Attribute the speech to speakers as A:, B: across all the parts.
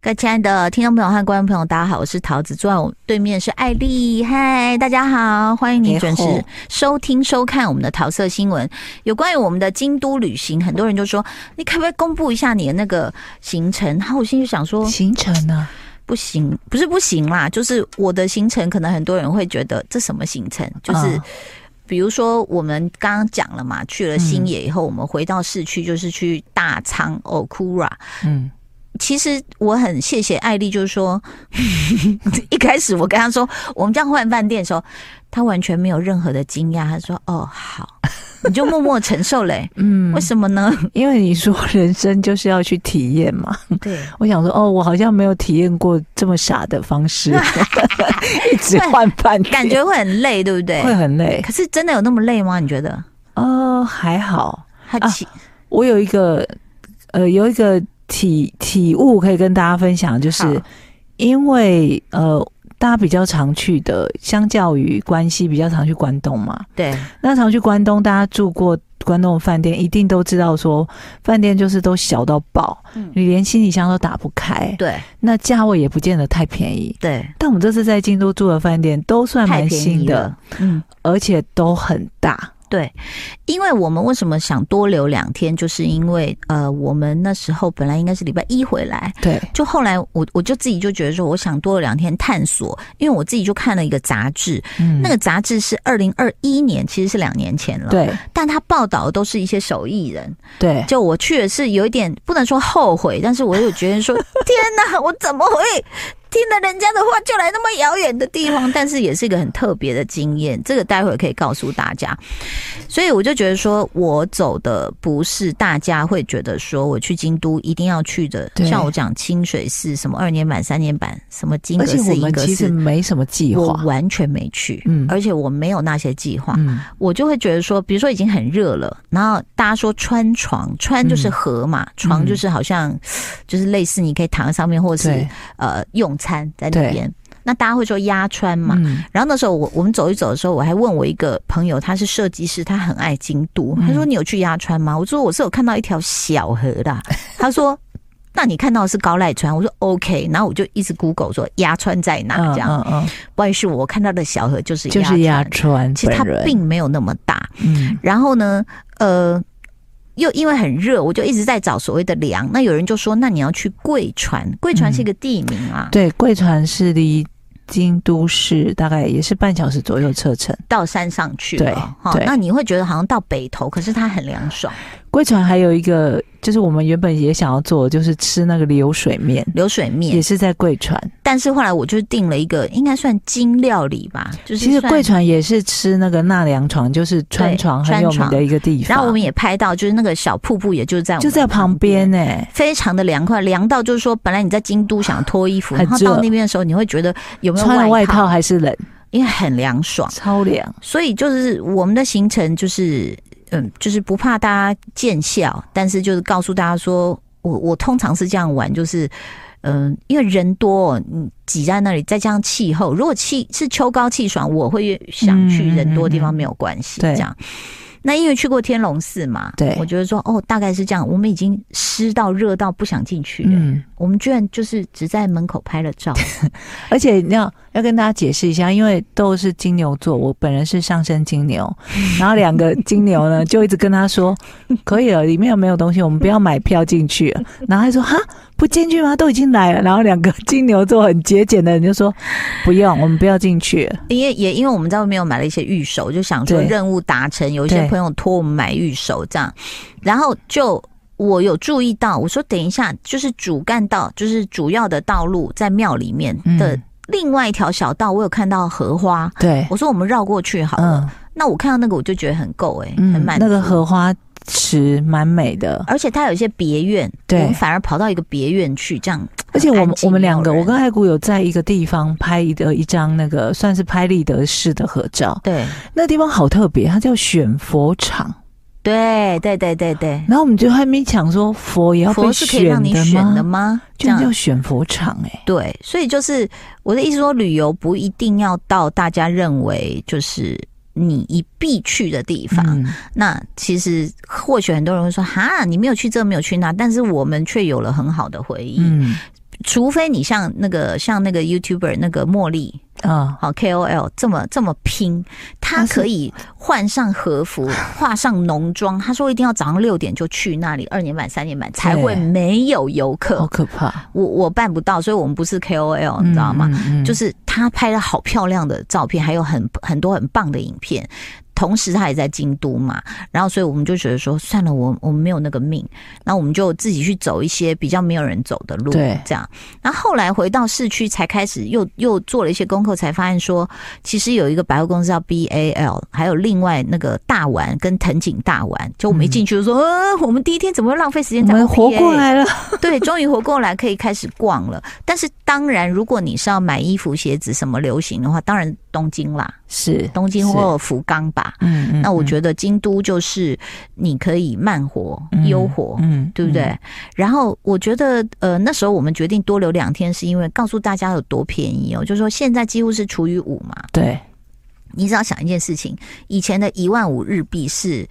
A: 各位亲爱的听众朋友和观众朋友，大家好，我是桃子，坐在我对面是艾丽，嗨，大家好，欢迎你准时
B: 你好
A: 收听收看我们的桃色新闻。有关于我们的京都旅行，很多人就说你可不可以公布一下你的那个行程？然后我心里就想说，
B: 行程啊呢？
A: 不行，不是不行啦，就是我的行程，可能很多人会觉得这什么行程？就是、
B: 嗯
A: 比如说我们刚刚讲了嘛，去了新野以后，我们回到市区就是去大仓 Okura。
B: 嗯，
A: 其实我很谢谢艾丽，就是说 一开始我跟她说我们这样换饭店的时候，她完全没有任何的惊讶，她说：“哦，好，你就默默承受嘞、
B: 嗯
A: 为什么呢？
B: 因为你说人生就是要去体验 嘛，
A: 对，
B: 我想说，哦，我好像没有体验过这么傻的方 式，一直换饭店，
A: 感觉会很累，对不对？
B: 会很累。
A: 可是真的有那么累吗？你觉得？
B: 哦，还好，
A: 他
B: 啊
A: 起、
B: 我有一个，呃，有一个体体悟可以跟大家分享，就是
A: 好
B: 因为呃，大家比较常去的，相较于关西比较常去关东嘛，
A: 对，
B: 那常去关东，大家住过关东的饭店，一定都知道说，饭店就是都小到爆，
A: 嗯
B: 你连行李箱都打不开，
A: 对
B: 那价位也不见得太便宜。
A: 对，
B: 但我们这次在京都住的饭店都算
A: 太
B: 蛮
A: 便
B: 新
A: 宜
B: 的
A: 了，，嗯。
B: 而且都很大。
A: 对，因为我们为什么想多留两天，就是因为呃，我们那时候本来应该是礼拜一回来，
B: 对，
A: 就后来我我就自己就觉得说，我想多留两天探索，因为我自己就看了一个杂志，
B: 嗯
A: 那个杂志是二零二一年，其实是两年前了，，
B: 对
A: 但它报道的都是一些手艺人，
B: 对，
A: 就我去的是有一点不能说后悔，但是我有觉得 说，天哪，我怎么会听了人家的话就来那么遥远的地方？但是也是一个很特别的经验，这个待会儿可以告诉大家。所以我就觉得说，我走的不是大家会觉得说我去京都一定要去的，
B: 对
A: 像我讲清水寺什么二年版、三年版，什么金阁
B: 而且
A: 寺、
B: 我
A: 银
B: 们
A: 阁
B: 其实
A: 寺，
B: 没什么计
A: 我呃
B: 划。
A: 完全没去，
B: 嗯
A: 而且我没有那些计划。
B: 嗯，
A: 我就会觉得说，比如说已经很热了，然后大家说穿床，穿
B: 嗯
A: 就是合嘛，床就是好像就是类似你可以躺在上面，或者是
B: 对，
A: 呃用餐在那边。那大家会说压穿嘛？
B: 嗯
A: 然后那时候我我们走一走的时候，我还问我一个朋友，他是设计师，他很爱京都，
B: 嗯
A: 他说你有去压川吗？我说我是有看到一条小河 啦。他说。那你看到的是高濑川，我说 OK，然后我就一直 Google 说压川在哪
B: 嗯
A: 这样，
B: 嗯嗯，
A: 不好意思，我看到的小河就是
B: 就是
A: 鸭
B: 亚
A: 川，
B: 川
A: 其实它
B: 本人，
A: 并没有那么大，
B: 嗯
A: 然后呢，呃，又因为很热，我就一直在找所谓的凉。那有人就说，那你要去贵船，贵船是一个地名啊，
B: 嗯对，贵船是离京都市大概也是半小时左右车程。
A: 到山上去了
B: 对
A: 哈
B: 对。
A: 那你会觉得好像到北头，可是它很凉爽，
B: 贵船还有一个，就是我们原本也想要做的，就是吃那个流水面，
A: 流水
B: 也
A: 面。
B: 是在贵船。
A: 但是后来我就定了一个，应该算京料理吧，就是
B: 其实
A: 算
B: 贵。船也是吃那个纳凉床，就是川床
A: 对
B: 很有名
A: 川床
B: 的一个地方。
A: 然后我们也拍到，就是那个小瀑布，也就在我们
B: 就在旁边，欸呢、
A: 非常的凉快，凉到就是说，本来你在京都想脱衣服，
B: 很
A: 然后到
B: 热
A: 那边的时候，你会觉得有没有
B: 穿了外套
A: 套，
B: 还是冷，
A: 因为很凉爽。
B: 超凉。
A: 所以就是我们的行程就是，嗯，就是不怕大家见笑，但是就是告诉大家说，我我通常是这样玩，就是。嗯，因为人多，你挤在那里，再加上气候，如果气是秋高气爽，我会想去
B: 嗯
A: 人多的地
B: 嗯
A: 方
B: 嗯
A: 没有关系。
B: 对
A: 这样，那因为去过天龙寺嘛，
B: 对
A: 我觉得说哦，大概是这样。我们已经湿到热到不想进去了，
B: 嗯，
A: 我们居然就是只在门口拍了照。
B: 而且你要哎、要跟大家解释一下，因为豆是金牛座，我本人是上升金牛， 然后两个金牛呢就一直跟他说，可以了，里面有没有东西，我们不要买票进去。然后他说哈，不进去吗？都已经来了。然后两个金牛座很节俭的人就说，不用，我们不要进去。
A: 因为也因为我们在外面有买了一些预售，就想说
B: 对
A: 任务达成，有一些
B: 对
A: 朋友托我们买预售这样，然后就我有注意到，我说等一下，就是主干道，就是主要的道路在庙里面的
B: 嗯
A: 另外一条小道，我有看到荷花，
B: 对，
A: 我说我们绕过去好了。
B: 嗯
A: 那我看到那个我就觉得很够哎、很
B: 嗯，
A: 满足。啊
B: 那个荷花池蛮美的，
A: 而且它有一些别院，
B: 对
A: 我们反而跑到一个别院去，这样。
B: 而且我们我们两个，
A: 很安静没有
B: 我
A: 人
B: 跟爱谷有在一个地方拍的一张那个算是拍立得式的合照，
A: 对
B: 那地方好特别，它叫选佛场。
A: 对对对对对，
B: 然后我们就还没想说佛也要被
A: 佛是可以让你选
B: 选
A: 的
B: 的吗？
A: 吗？这
B: 就
A: 样
B: 叫选佛场哎、
A: 对，所以就是我的意思说，旅游不一定要到大家认为就是你一必去的地方。
B: 嗯，
A: 那其实或许很多人会说，哈，你没有去这，没有去那，但是我们却有了很好的回忆。
B: 嗯
A: 除非你像那个像那个 YouTuber 那个茉莉，
B: 啊，
A: 好 KOL 这么这么拼，他
B: 他是
A: 可以换上和 服，化上浓妆。他说一定要早上六点就去那里，二点半、三点半才会没有游
B: 好
A: 客。
B: 可怕，
A: 我我办不到，所以我们不是 KOL，你知哦道吗？
B: 嗯？嗯嗯
A: 就是他拍了好漂亮的照片，还有很很多很棒的影片。同时，他也在京都嘛，然后所以我们就觉得说，算了，我我们没有那个命，那我们就自己去走一些比较没有人走的路，
B: 对
A: 这样。然后后来回到市区，才开始又又做了一些功课，才发现说，其实有一个百货公司叫 BAL，还有另外那个大丸跟藤井大丸，就我们一进去就说，呃，我们第一天怎么会浪费时间
B: 我
A: 在
B: 们活
A: OPA
B: 过来了，
A: 对，终于活过来，可以开始逛了。但是当然，如果你是要买衣服、鞋子什么流行的话，当然东京啦，
B: 是
A: 东京或福冈吧。
B: 嗯嗯
A: 那我
B: 得
A: 觉得京都就是你可以慢活、悠活。
B: 嗯
A: 对不对？？然后我觉得，呃，那时候我们决定多留两天，是因为告诉大家有多便宜哦。就是说，现在几乎是除以五嘛。
B: 对，
A: 你只要想一件事情，以前的一万五日币是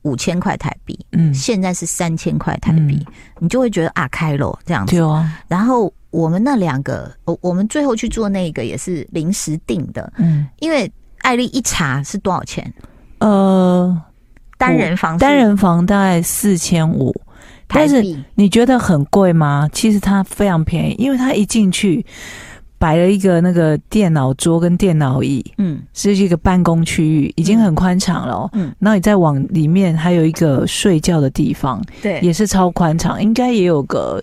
A: 五千块台币，
B: 嗯，
A: 现在是三千块台币，你就会觉得啊，开了这样子。
B: 对啊，
A: 然后我们那两个，我我们最后去做那个也是临时定的，
B: 嗯
A: 因为艾丽一查是多少钱，
B: 呃，
A: 单人房是
B: 哦单人房大概四千五，
A: 台
B: 但是
A: 币，
B: 你觉得很贵吗？其实它非常便宜，因为它一进去摆了一个那个电脑桌跟电脑椅，
A: 嗯，
B: 是一个办公区域，已经很宽敞了、哦。
A: 嗯
B: 嗯，然后你再往里面还有一个睡觉的地方，
A: 对，
B: 也是超宽敞，应该也有个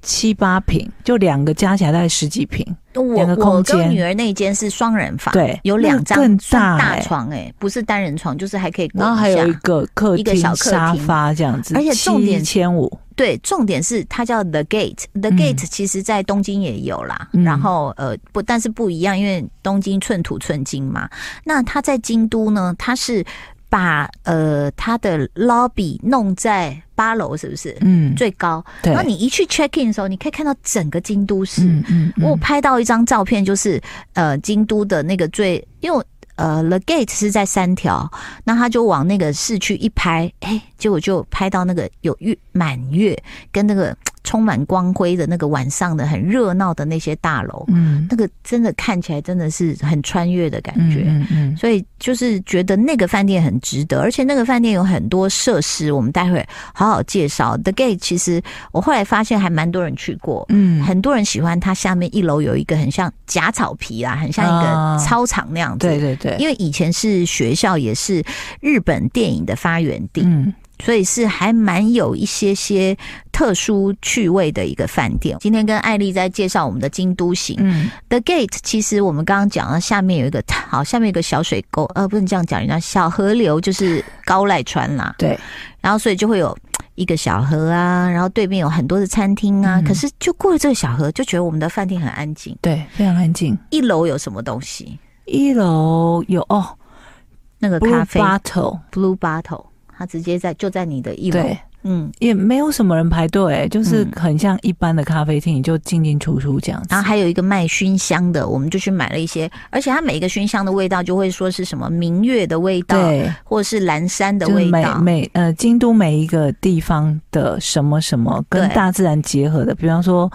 B: 七八平，就两个加起来大概十几平。
A: 我
B: 两个空
A: 我跟
B: 间
A: 女儿那间是双人房，
B: 对，
A: 有两张
B: 那更
A: 算
B: 大、
A: 大
B: 欸，
A: 床、哎，不是单人床，就是还可以滚
B: 然后还有
A: 下
B: 一个客
A: 一个
B: 厅、
A: 小客厅
B: 沙发这样子，
A: 而且重点
B: 千五，
A: 对，重点是它叫 The Gate，The
B: 嗯
A: Gate 其实在东京也有啦，
B: 嗯
A: 然后呃不，但是不一样，因为东京寸土寸金嘛。那它在京都呢，它是把呃它的 lobby 弄在八楼，是不是、
B: 嗯，
A: 最高？
B: 对
A: 然后，你一去 check in 的时候，你可以看到整个京都市。
B: 嗯嗯，嗯
A: 我有拍到一张照片，就是呃京都的那个最，因为我呃 The Gate 是在三条，那他就往那个市区一拍，哎、结果就拍到那个有月满月跟那个嘖充满光辉的那个晚上的很热闹的那些大楼，
B: 嗯
A: 那个真的看起来真的是很穿越的感
B: 嗯
A: 觉。
B: 嗯嗯，
A: 所以就是觉得那个饭店很值得，而且那个饭店有很多设施，我们待会好好介绍。The Gate 其实我后来发现还蛮多人去过，
B: 嗯
A: 很多人喜欢它下面一楼有一个很像假草皮啦，很像一
B: 啊
A: 个操场那样子。
B: 对对对，嗯
A: 因为以前是学校，也是日本电影的发源地，
B: 嗯
A: 所以是还蛮有一些些特殊趣味的一个饭店。今天跟艾丽在介绍我们的京都行、
B: 嗯
A: The Gate，其实我们刚刚讲了，下面有一个好，下面有一个小水沟，呃，不能这样讲，人家小河流就是高濑川啦，
B: 对，
A: 然后所以就会有一个小河啊，然后对面有很多的餐厅啊，
B: 嗯
A: 可是就过了这个小河，就觉得我们的饭店很安静。
B: 对，非常安静。
A: 一楼有什么东西？
B: 一楼有哦
A: 那个咖
B: ，Blue
A: 啡
B: Bottle，
A: Blue Bottle，它直接在就在你的一楼
B: 对，，
A: 嗯，
B: 也没有什么人排队，就是
A: 嗯
B: 很像一般的咖啡厅，你就进进出出这样子
A: 然后。还有一个卖熏香的，我们就去买了一些，而且它每一个熏香的味道就会说是什么明月的味道，
B: 对，
A: 或者是蓝山的
B: 就是
A: 味
B: 每
A: 道，
B: 每呃，京都每一个地方的什么什么跟
A: 对
B: 大自然结合的，比方说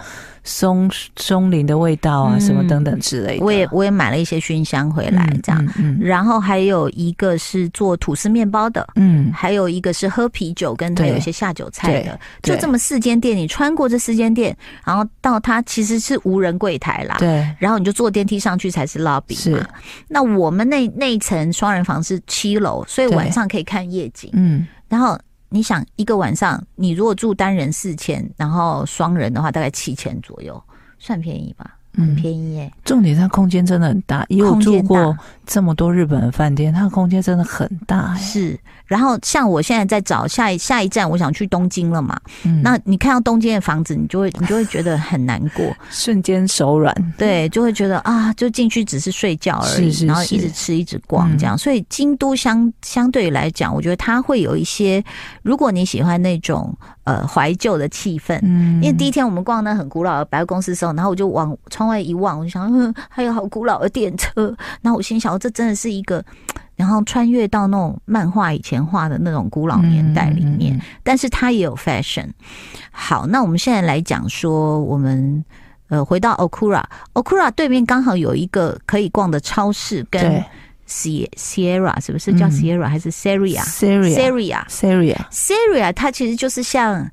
B: 松松林的味道啊，
A: 嗯
B: 什么等等之类的。
A: 我也我也买了一些熏香回来，这样。
B: 嗯，嗯
A: 然后还有一个是做吐司面包的，
B: 嗯，嗯
A: 还有一个是喝啤酒，跟还
B: 对
A: 有一些下酒菜的，
B: 对
A: 就这么四间店，你穿过这四间店，然后到它其实是无人柜台啦。
B: 对，
A: 然后你就坐电梯上去才是 lobby
B: 是
A: 嘛。那我们那那一层双人房是七楼，所以
B: 对
A: 晚上可以看夜景。
B: 嗯，
A: 然后你想一个晚上，你如果住单人四千，然后双人的话大概七千左右，算便宜吧？很
B: 嗯
A: 便宜耶、
B: 重点它空间真的很大，因为我
A: 空
B: 住
A: 间大
B: 过这么多日本的饭店，它的空间真的很大、欸。
A: 是，然后像我现在在找下一下一站，我想去东京了嘛？
B: 嗯，
A: 那你看到东京的房子，你就会你就会觉得很难 过，
B: 瞬间手软。
A: 对，就会觉得啊，就进去只是睡觉而已，
B: 是是
A: 然后
B: 是
A: 一直吃一直逛这样。所以京都相相对来讲，我觉得它会有一些，如果你喜欢那种呃怀旧的气氛。
B: 嗯，
A: 因为第一天我们逛那很古老的百货公司的时候，然后我就往窗外一望，我就想， 嗯，还有好古老的电车。然后我心想，这真的是一个，然后穿越到那种漫画以前画的那种古老年代里面，
B: 嗯嗯
A: 但是它也有 fashion。好，那我们现在来讲说，我们呃回到 Okura，Okura 对面刚好有一个可以逛的超市，
B: 嗯
A: 跟 Sie- Sierra 是不是叫
B: 嗯
A: Sierra、还是 Seria
B: 对 Syria
A: Seria
B: Syria，
A: Seria？它其实就是像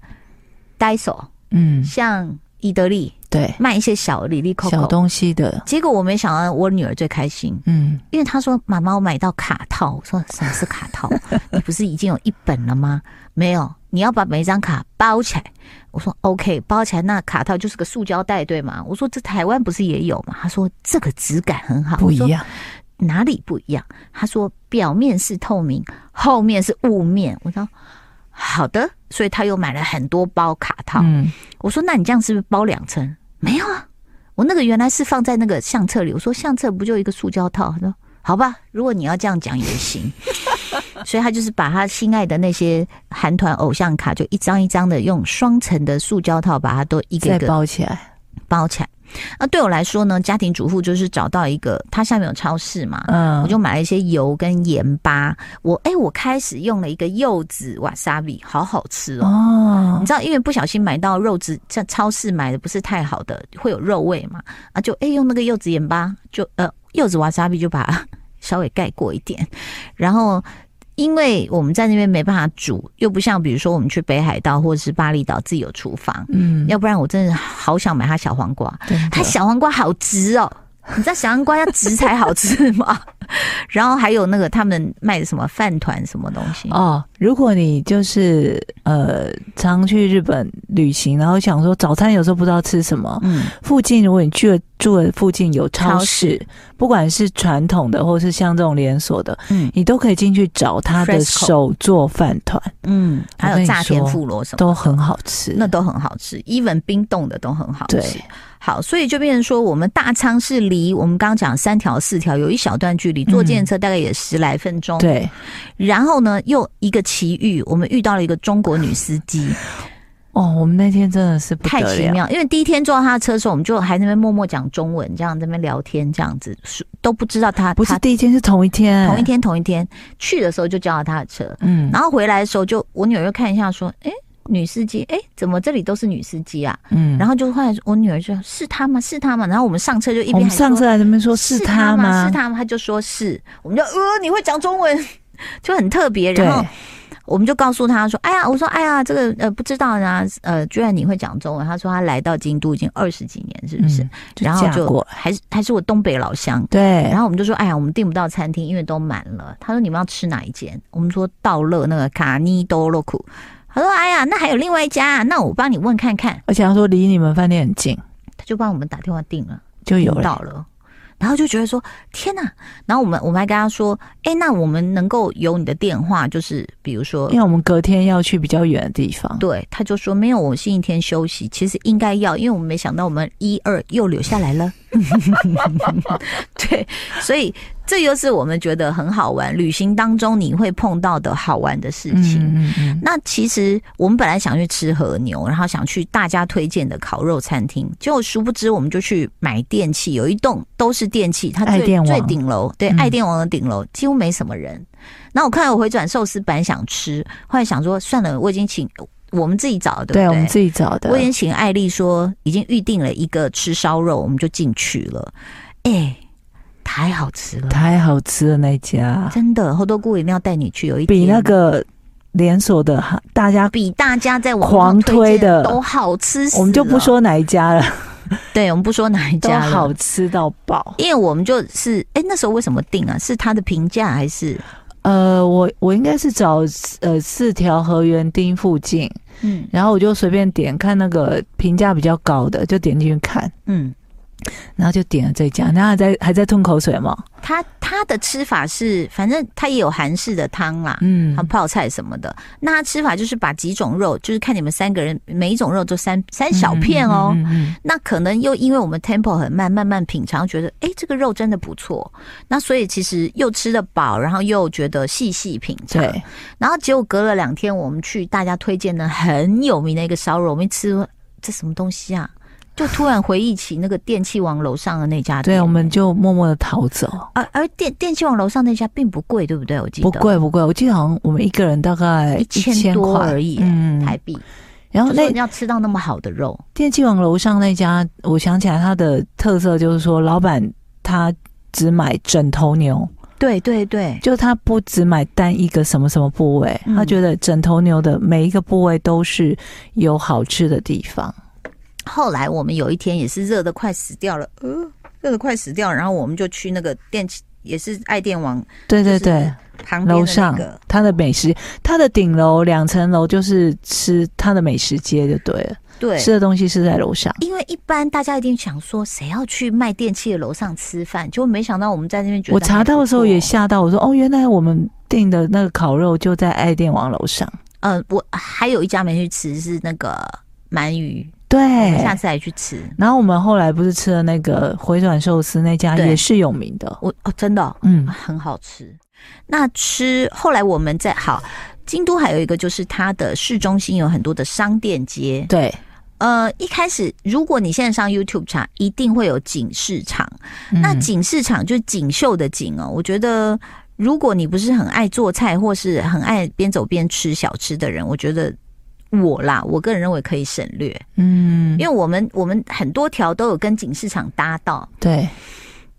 A: Daiso。
B: 嗯，
A: 像伊德利
B: 对，
A: 卖一些小里里扣
B: 小
A: 扣。
B: 东西的，
A: 结果我没想到，我女儿最开心，
B: 嗯，
A: 因为她说：“妈妈，我买到卡套。”我说：“什么是卡套？ 你不是已经有一本了吗？没有，你要把每一张卡包起来。”我说：“OK，包起来，那卡套就是个塑胶袋，对吗？”我说：“这台湾不是也有吗？”她说：“这个质感很好。”
B: 不一，样，
A: 哪里不一样？她说：“表面是透明，后面是雾面。”我说：“好的。”所以她又买了很多包卡套。
B: 嗯，
A: 我说：“那你这样是不是包两层？”没有啊，我那个原来是放在那个相册里。我说：“相册不就一个塑胶套？”他说：“好吧，如果你要这样讲也行。” 所以他就是把他心爱的那些韩团偶像卡，就一张一张的用双层的塑胶套把它都一个
B: 再
A: 一个
B: 包起来，
A: 包起来。那对我来说呢，家庭主妇就是找到一个，它下面有超市嘛，
B: 嗯，
A: 我就买了一些油跟盐巴。我哎、我开始用了一个柚子瓦萨比，好好吃哦。
B: 哦
A: 你，知道，因为不小心买到肉质，在超市买的不是太好的，会有肉味嘛？啊就，诶用那个柚子盐巴，就呃柚子瓦萨比就把它稍微盖过一点，然后。因为我们在那边没办法煮，又不像比如说我们去北海道或者是巴厘岛自己有厨房，
B: 嗯，
A: 要不然我真的好想买它小黄 瓜。
B: 真
A: 它
B: 的
A: 小黄瓜好直哦，你知道小黄瓜要直才好吃吗？ 然后还有那个他们卖的什么饭团什么东西，
B: 哦，如果你就是呃常去日本旅行，然后想说早餐有时候不知道吃什么，
A: 嗯，
B: 附近如果你去了住的附近有超市，
A: 超市
B: 不管是传统的或是像这种连锁的，
A: 嗯
B: 你都可以进去找他的
A: Fresco
B: 手做饭团，
A: 嗯，还
B: 我跟
A: 有
B: 你
A: 炸天
B: 说
A: 妇罗什么的
B: 都很好吃。
A: 那都很好吃，even 冰冻的都很好
B: 对
A: 吃。好，所以就变成说，我们大仓是离我们刚刚讲三条四条有一小段距离，坐
B: 嗯
A: 电车大概也十来分钟。，
B: 对，
A: 然后呢，又一个奇遇，我们遇到了一个中国女司机，
B: 哦，我们那天真的是 不
A: 太
B: 得
A: 奇
B: 了，
A: 妙。因为第一天坐到她的车的时候，我们就还在那边默默讲中文，这样在那边聊天，这样子是都不知道她
B: 不是嗯
A: 她
B: 第一天，是同一天，
A: 同一，天同一天去的时候就叫到她的车，
B: 嗯
A: 然后回来的时候就我女儿又看一下说，诶，女司机，诶，怎么这里都是女司机啊？
B: 嗯，
A: 然
B: 后
A: 后就后来我女儿就说是他吗？是他吗？然后我们上车就一
B: 哦我
A: 边
B: 们
A: 还说
B: 上次来这边说是
A: 他
B: 吗？
A: 是他吗？他就说是，我们就呃你会讲中文， 就很特别。
B: 对
A: 然后我们就告诉他说，哎呀，我说哎呀，这个呃不知道啊，呃，居然你会讲中文。他说他来到京都已经二十几年，是不是？
B: 嗯就
A: 然后
B: 嫁
A: 就
B: 过
A: 还是还是我东北老乡。
B: 对，
A: 然后我们就说，哎呀，我们订不到餐厅，因为都满了。他说你们要吃哪一间？我们说道乐那个卡尼多洛库。他说，哎呀，那还有另外一家，那我帮你问看看。
B: 而且他说离你们饭店很近，
A: 他就帮我们打电话订了。
B: 就有
A: 听
B: 了
A: 到了，然后就觉得说天哪！然后我们我们还跟他说，哎，那我们能够有你的电话，就是比如说
B: 因，为我们隔天要去比较远的地方，
A: 对，他就说没有，我星期天休息，其实应该要，因为我们没想到我们一二又留下来了。 对，所以这又是我们觉得很好玩，旅行当中你会碰到的好玩的事情。
B: 嗯嗯嗯，
A: 那其实我们本来想去吃和牛，然后想去大家推荐的烤肉餐厅，结果殊不知我们就去买电器，有一栋都是电器，它
B: 爱
A: 最
B: 电王
A: 最顶楼，对，
B: 嗯
A: 爱电王的顶楼几乎没什么人。那我看到我回转寿司，本来想吃，后来想说算了，我已经请我们自己找的，对
B: 对
A: 不
B: 我
A: 对？
B: 们自己找的
A: 我已。经请艾丽说，已经预定了一个吃烧肉，我们就进去了。哎、太好吃了，
B: 太好吃了那一家，
A: 真的，后多菇一定要带你去。有一
B: 比
A: 天
B: 那个连锁的哈大家，
A: 比大家在网上推荐
B: 狂推的
A: 都好吃死了
B: 我们就不，说哪一家了，
A: 对，我们不说哪一
B: 都
A: 家了
B: 好，吃到爆。
A: 因为我们就是哎、那时候为什么定啊？是他的评价还是
B: 呃，我我应该是找呃四条河园町附近，
A: 嗯
B: 然后我就随便点看那个评价比较高的，就点进去看，
A: 嗯，
B: 然后就点了这家，然后还在还在吞口水嘛，
A: 他他的吃法是，反正他也有韩式的汤啦。
B: 嗯
A: 还有泡菜什么的，那他吃法就是把几种肉，就是看你们三个人每一种肉都三三小片哦，
B: 嗯嗯嗯嗯
A: 那可能又因为我们 tempo 很慢，慢慢品尝，觉得诶这个肉真的不错。那所以其实又吃得饱，然后又觉得细细品尝。
B: 对，
A: 然后结果隔了两天，我们去大家推荐的很有名的一个烧肉，我们一吃这什么东西啊？就突然回忆起那个电器王楼上的那家店。
B: 对，我们就默默的逃走。
A: 而而电电器王楼上那家并不贵，对不对？我记得
B: 不贵不贵，我记得好像我们一个人大概
A: 一千
B: 1000
A: 多
B: 块
A: 而已
B: 嗯，
A: 台币。
B: 然后
A: 就说
B: 那
A: 你要吃到那么好的肉，
B: 电器网楼上那家，我想起来它的特色就是说，老板他只买整头牛，
A: 对对对，
B: 就他不只买单一个什么什么部位，
A: 嗯
B: 他觉得整头牛的每一个部位都是有好吃的地方。
A: 后来我们有一天也是热的快死掉了，呃，热的快死掉了，然后我们就去那个电器，也是爱电网
B: 对
A: 就
B: 对
A: 是
B: 对，
A: 旁边的
B: 楼
A: 那
B: 上
A: 个
B: 它的美食，它的顶楼两层楼就是吃它的美食街就对了，
A: 对。
B: 吃的东西是在楼上。
A: 因为一般大家一定想说，谁要去卖电器的楼上吃饭？结果没想到我们在那边觉得
B: 我查到的时候也
A: 还不错，
B: 吓到，我说哦，原来我们订的那个烤肉就在爱店王楼上。
A: 呃，我还有一家没去吃是那个鳗鱼，嗯我
B: 对
A: 们，下次还去吃。
B: 然后我们后来不是吃了那个回转寿司那家
A: 对
B: 也是有名的，
A: 我哦，真的哦、
B: 嗯，
A: 很好吃。那吃后来我们在好京都还有一个就是它的市中心有很多的商店街，
B: 对，
A: 呃，一开始如果你现在上 YouTube 查，一定会有景市场。那
B: 嗯
A: 景市场就是锦绣的锦哦。我觉得，如果你不是很爱做菜，或是很爱边走边吃小吃的人，我觉得我啦，我个人认为可以省略，
B: 嗯，
A: 因为我们我们很多条都有跟景市场搭到，
B: 对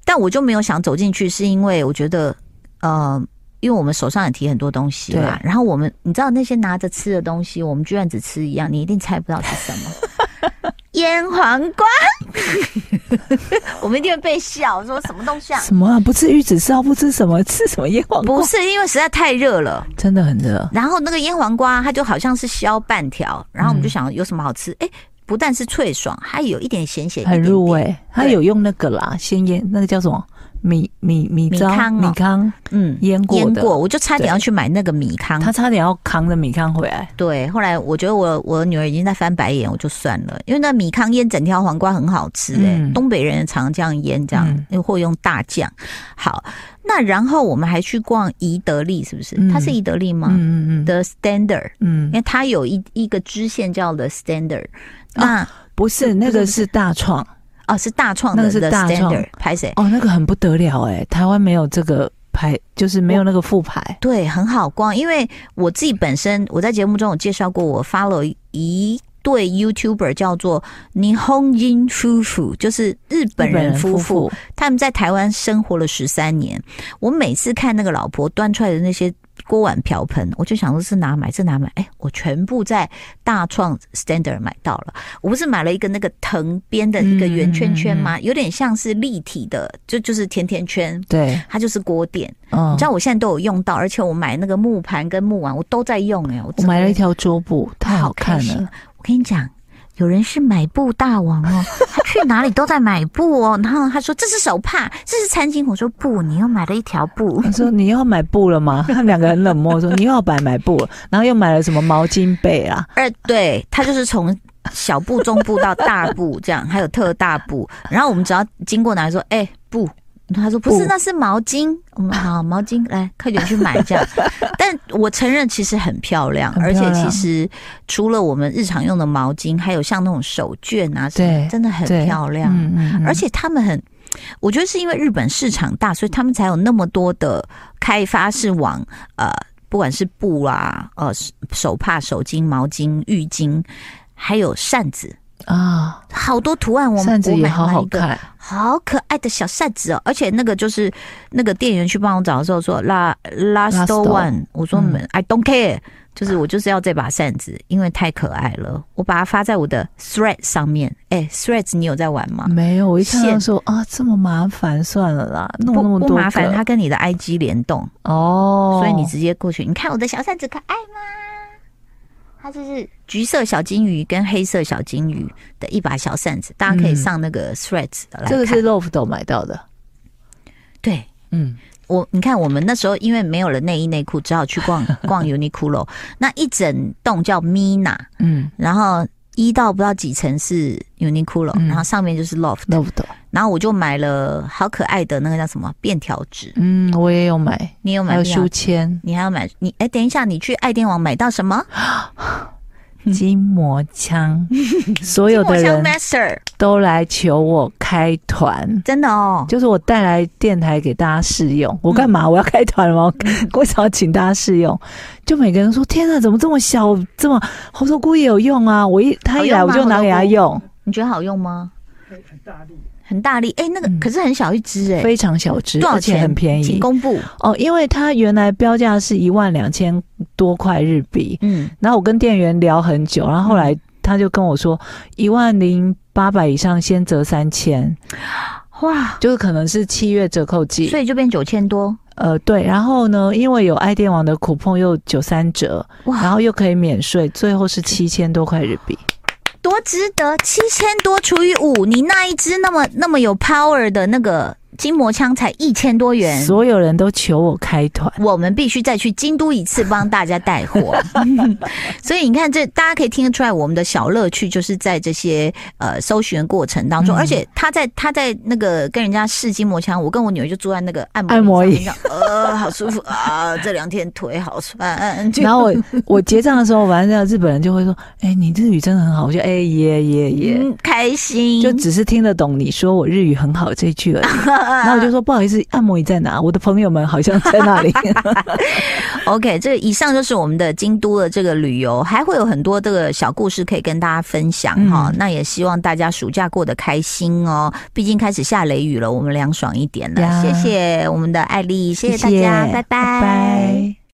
A: 但我就没有想走进去，是因为我觉得，呃。因为我们手上也提很多东西啦，然后我们你知道那些拿着吃的东西，我们居然只吃一样，你一定猜不到是什么， 腌黄瓜， 我们一定会被笑说什么东西啊？
B: 什么啊？不吃玉子烧，不吃什么，吃什么腌黄瓜？
A: 不是因为实在太热了，
B: 真的很热，
A: 然后那个腌黄瓜它就好像是削半条，然后我们就
B: 嗯
A: 想有什么好吃？哎、不但是脆爽，还有一点咸咸，
B: 很
A: 一点点
B: 入。味。它
A: 对
B: 有用那个啦，先腌那个叫什么米米米
A: 米
B: 糟
A: 糠哦
B: 米糠
A: 嗯，
B: 腌过
A: 腌
B: 的，
A: 过，我就差点要去买那个米糠
B: 他。差点要扛着米糠回来。
A: 对，后来我觉得我我女儿已经在翻白眼，我就算了，因为那米糠腌整条黄瓜很好吃、哎、
B: 嗯
A: 东北人常这样腌，这样、
B: 嗯
A: 又或用大酱。好，那然后我们还去逛宜得利，是不是？
B: 嗯
A: 它是宜得利吗？
B: 嗯嗯嗯
A: 的 Standard，因
B: 嗯，
A: 为它有一一个支线叫 The Standard，
B: 啊
A: 那、
B: 不是那个是大创。
A: 哦，是大创
B: 那
A: 的
B: 个是
A: The
B: 大创
A: Standard 拍谁？
B: 哦，那个很不得了哎、台湾没有这个牌，就是没有那个副牌。
A: 对，很好逛，因为我自己本身我在节目中有介绍过，我 follow 一对 YouTuber 叫做 Nihonjin 夫妇，就是日本
B: 日本
A: 人
B: 人
A: 夫
B: 夫
A: 妇，他们在台湾生活了十三年。我每次看那个老婆端出来的那些锅碗瓢盆，我就想说是哪买，是哪买？哎，我全部在大创 Standard 买到了。我不是买了一个那个藤编的一个圆圈圈
B: 嗯
A: 吗？有点像是立体的，就就是甜甜圈，
B: 对，
A: 它就是锅垫。
B: 嗯
A: 你知，道我现在都有用到，而且我买那个木盘跟木碗，我都在用哎、我
B: 我
A: 真的
B: 买了一条桌布，太好看
A: 开心
B: 了。。
A: 我跟你讲，有人是买布大王 哦，他去哪里都在买布哦。然后他说这是手帕，这是餐巾。我说不，你又买了一条布
B: 他。说：“你要买布了吗？” 他们两个很冷漠，说：“你又要买买布了。”然后又买了什么毛巾被啊？
A: 呃，对，他就是从。小布、中布到大 布，这样还有特大布。然后我们只要经过哪里说，哎、布，他说不是，
B: 布
A: 那是毛巾。我们好，毛巾来，快点去买 这样。但我承认，其实很漂亮，
B: 很
A: 而且
B: 漂亮
A: 其实除了我们日常用的毛巾，还有像那种手绢啊什么，
B: 对
A: 真的很
B: 对
A: 漂亮。
B: 嗯嗯，嗯
A: 而且他们很，我觉得是因为日本市场大，所以他们才有那么多的开发是往呃不管是布啦、呃手手帕、手巾、毛巾、浴巾，还有扇子，
B: 啊，
A: 好多图案我。
B: 扇子
A: 我
B: 也
A: 买
B: 好
A: 了
B: 好
A: 一个
B: 看，
A: 好可爱的小扇子哦！而且那个就是那个店员去帮我找的时候说，la last
B: Last
A: one，我说
B: 嗯啊
A: I don't care，就是我就是要这把扇子，因为太可爱了，我把它发在我的 thread 上面。哎，threads 你有在玩吗？
B: 没有，我一看到
A: 线
B: 说啊，这么麻烦，算了啦，弄那
A: 不
B: 么多
A: 不麻烦，
B: 个
A: 它跟你的 IG 联动，
B: 哦，
A: 所以你直接过去，你看我的小扇子可爱吗？它就是橘色小金鱼跟黑色小金鱼的一把小扇子，大家可以
B: 嗯
A: 上那个 threads 来看。
B: 这个是 Loft 买到的，
A: 对，
B: 嗯，
A: 我你看，我们那时候因为没有了内衣内裤，只好去 逛逛 Uniqlo。那一整栋叫 Mina，
B: 嗯
A: 然后一到不知道几层是 Uniqlo，、
B: 嗯
A: 然后上面就是 Loft，
B: ，Loft，
A: 然后我就买了好可爱的那个叫什么便条纸，
B: 嗯，我也有买，
A: 你有
B: 还
A: 买
B: 有
A: 便条
B: 书
A: 纸？
B: 签、
A: 你还要买？你哎，等一下，你去爱电网买到什么？
B: 筋膜 枪，所有的
A: 我像
B: 人
A: Master，
B: 都来求我开团。
A: 真的哦，
B: 就是我带来电台给大家试用，我干
A: 嗯
B: 嘛？我要开团吗？我为什么要请大家试用？就每个人说：“天啊，怎么这么小？这么红头菇也有用啊！”我一他一来
A: 好用吗
B: 我就拿给他用，
A: 你觉得好用吗？很大力，很大力。哎，那个、
B: 嗯
A: 可是很小一只哎、
B: 非常小只，
A: 多少
B: 而且
A: 钱？
B: 很便
A: 请
B: 宜
A: 公布。
B: 哦。因为它原来标价是一万两千多块日币，
A: 嗯，
B: 然后我跟店员聊很久，然后后来他就跟我说一万零八百以上先折三千，
A: 哇，
B: 就是可能是七月折扣季
A: 所。以就变九千多
B: 呃，对，然后呢，因为有爱电网的苦碰又九三折，
A: 哇，
B: 然后又可以免税，最后是七千多块日币。
A: 多值得！七千多除以五，你那一只那么那么有 power 的那个筋膜枪才一千多元。
B: 所有人都求我开团，
A: 我们必须再去京都一次，帮大家带 货。所以你看这，大家可以听得出来，我们的小乐趣就是在这些呃搜寻过程当中，
B: 嗯
A: 而且他在他在那个跟人家试筋膜枪，我跟我女儿就坐在那个按摩
B: 按摩椅
A: 上面， 呃，好舒服啊！这两天腿好酸，嗯就
B: 然后我我结账的时候，反正日本人就会说：“哎、你日语真的很好。”我就哎耶耶耶，
A: 嗯开心，
B: 就只是听得懂你说我日语很好这句而 已。然后我就说：“不好意思，按摩椅在哪？我的朋友们好像在 那里。
A: OK，这以上就是我们的京都的这个旅游，还会有很多这个小故事可以跟大家分享哈、
B: 嗯
A: 那也希望大家暑假过得开心哦，毕竟开始下雷雨了，我们凉爽一点了。
B: 呀
A: 谢谢我们的艾丽，谢谢大
B: 谢
A: 家，拜
B: 拜拜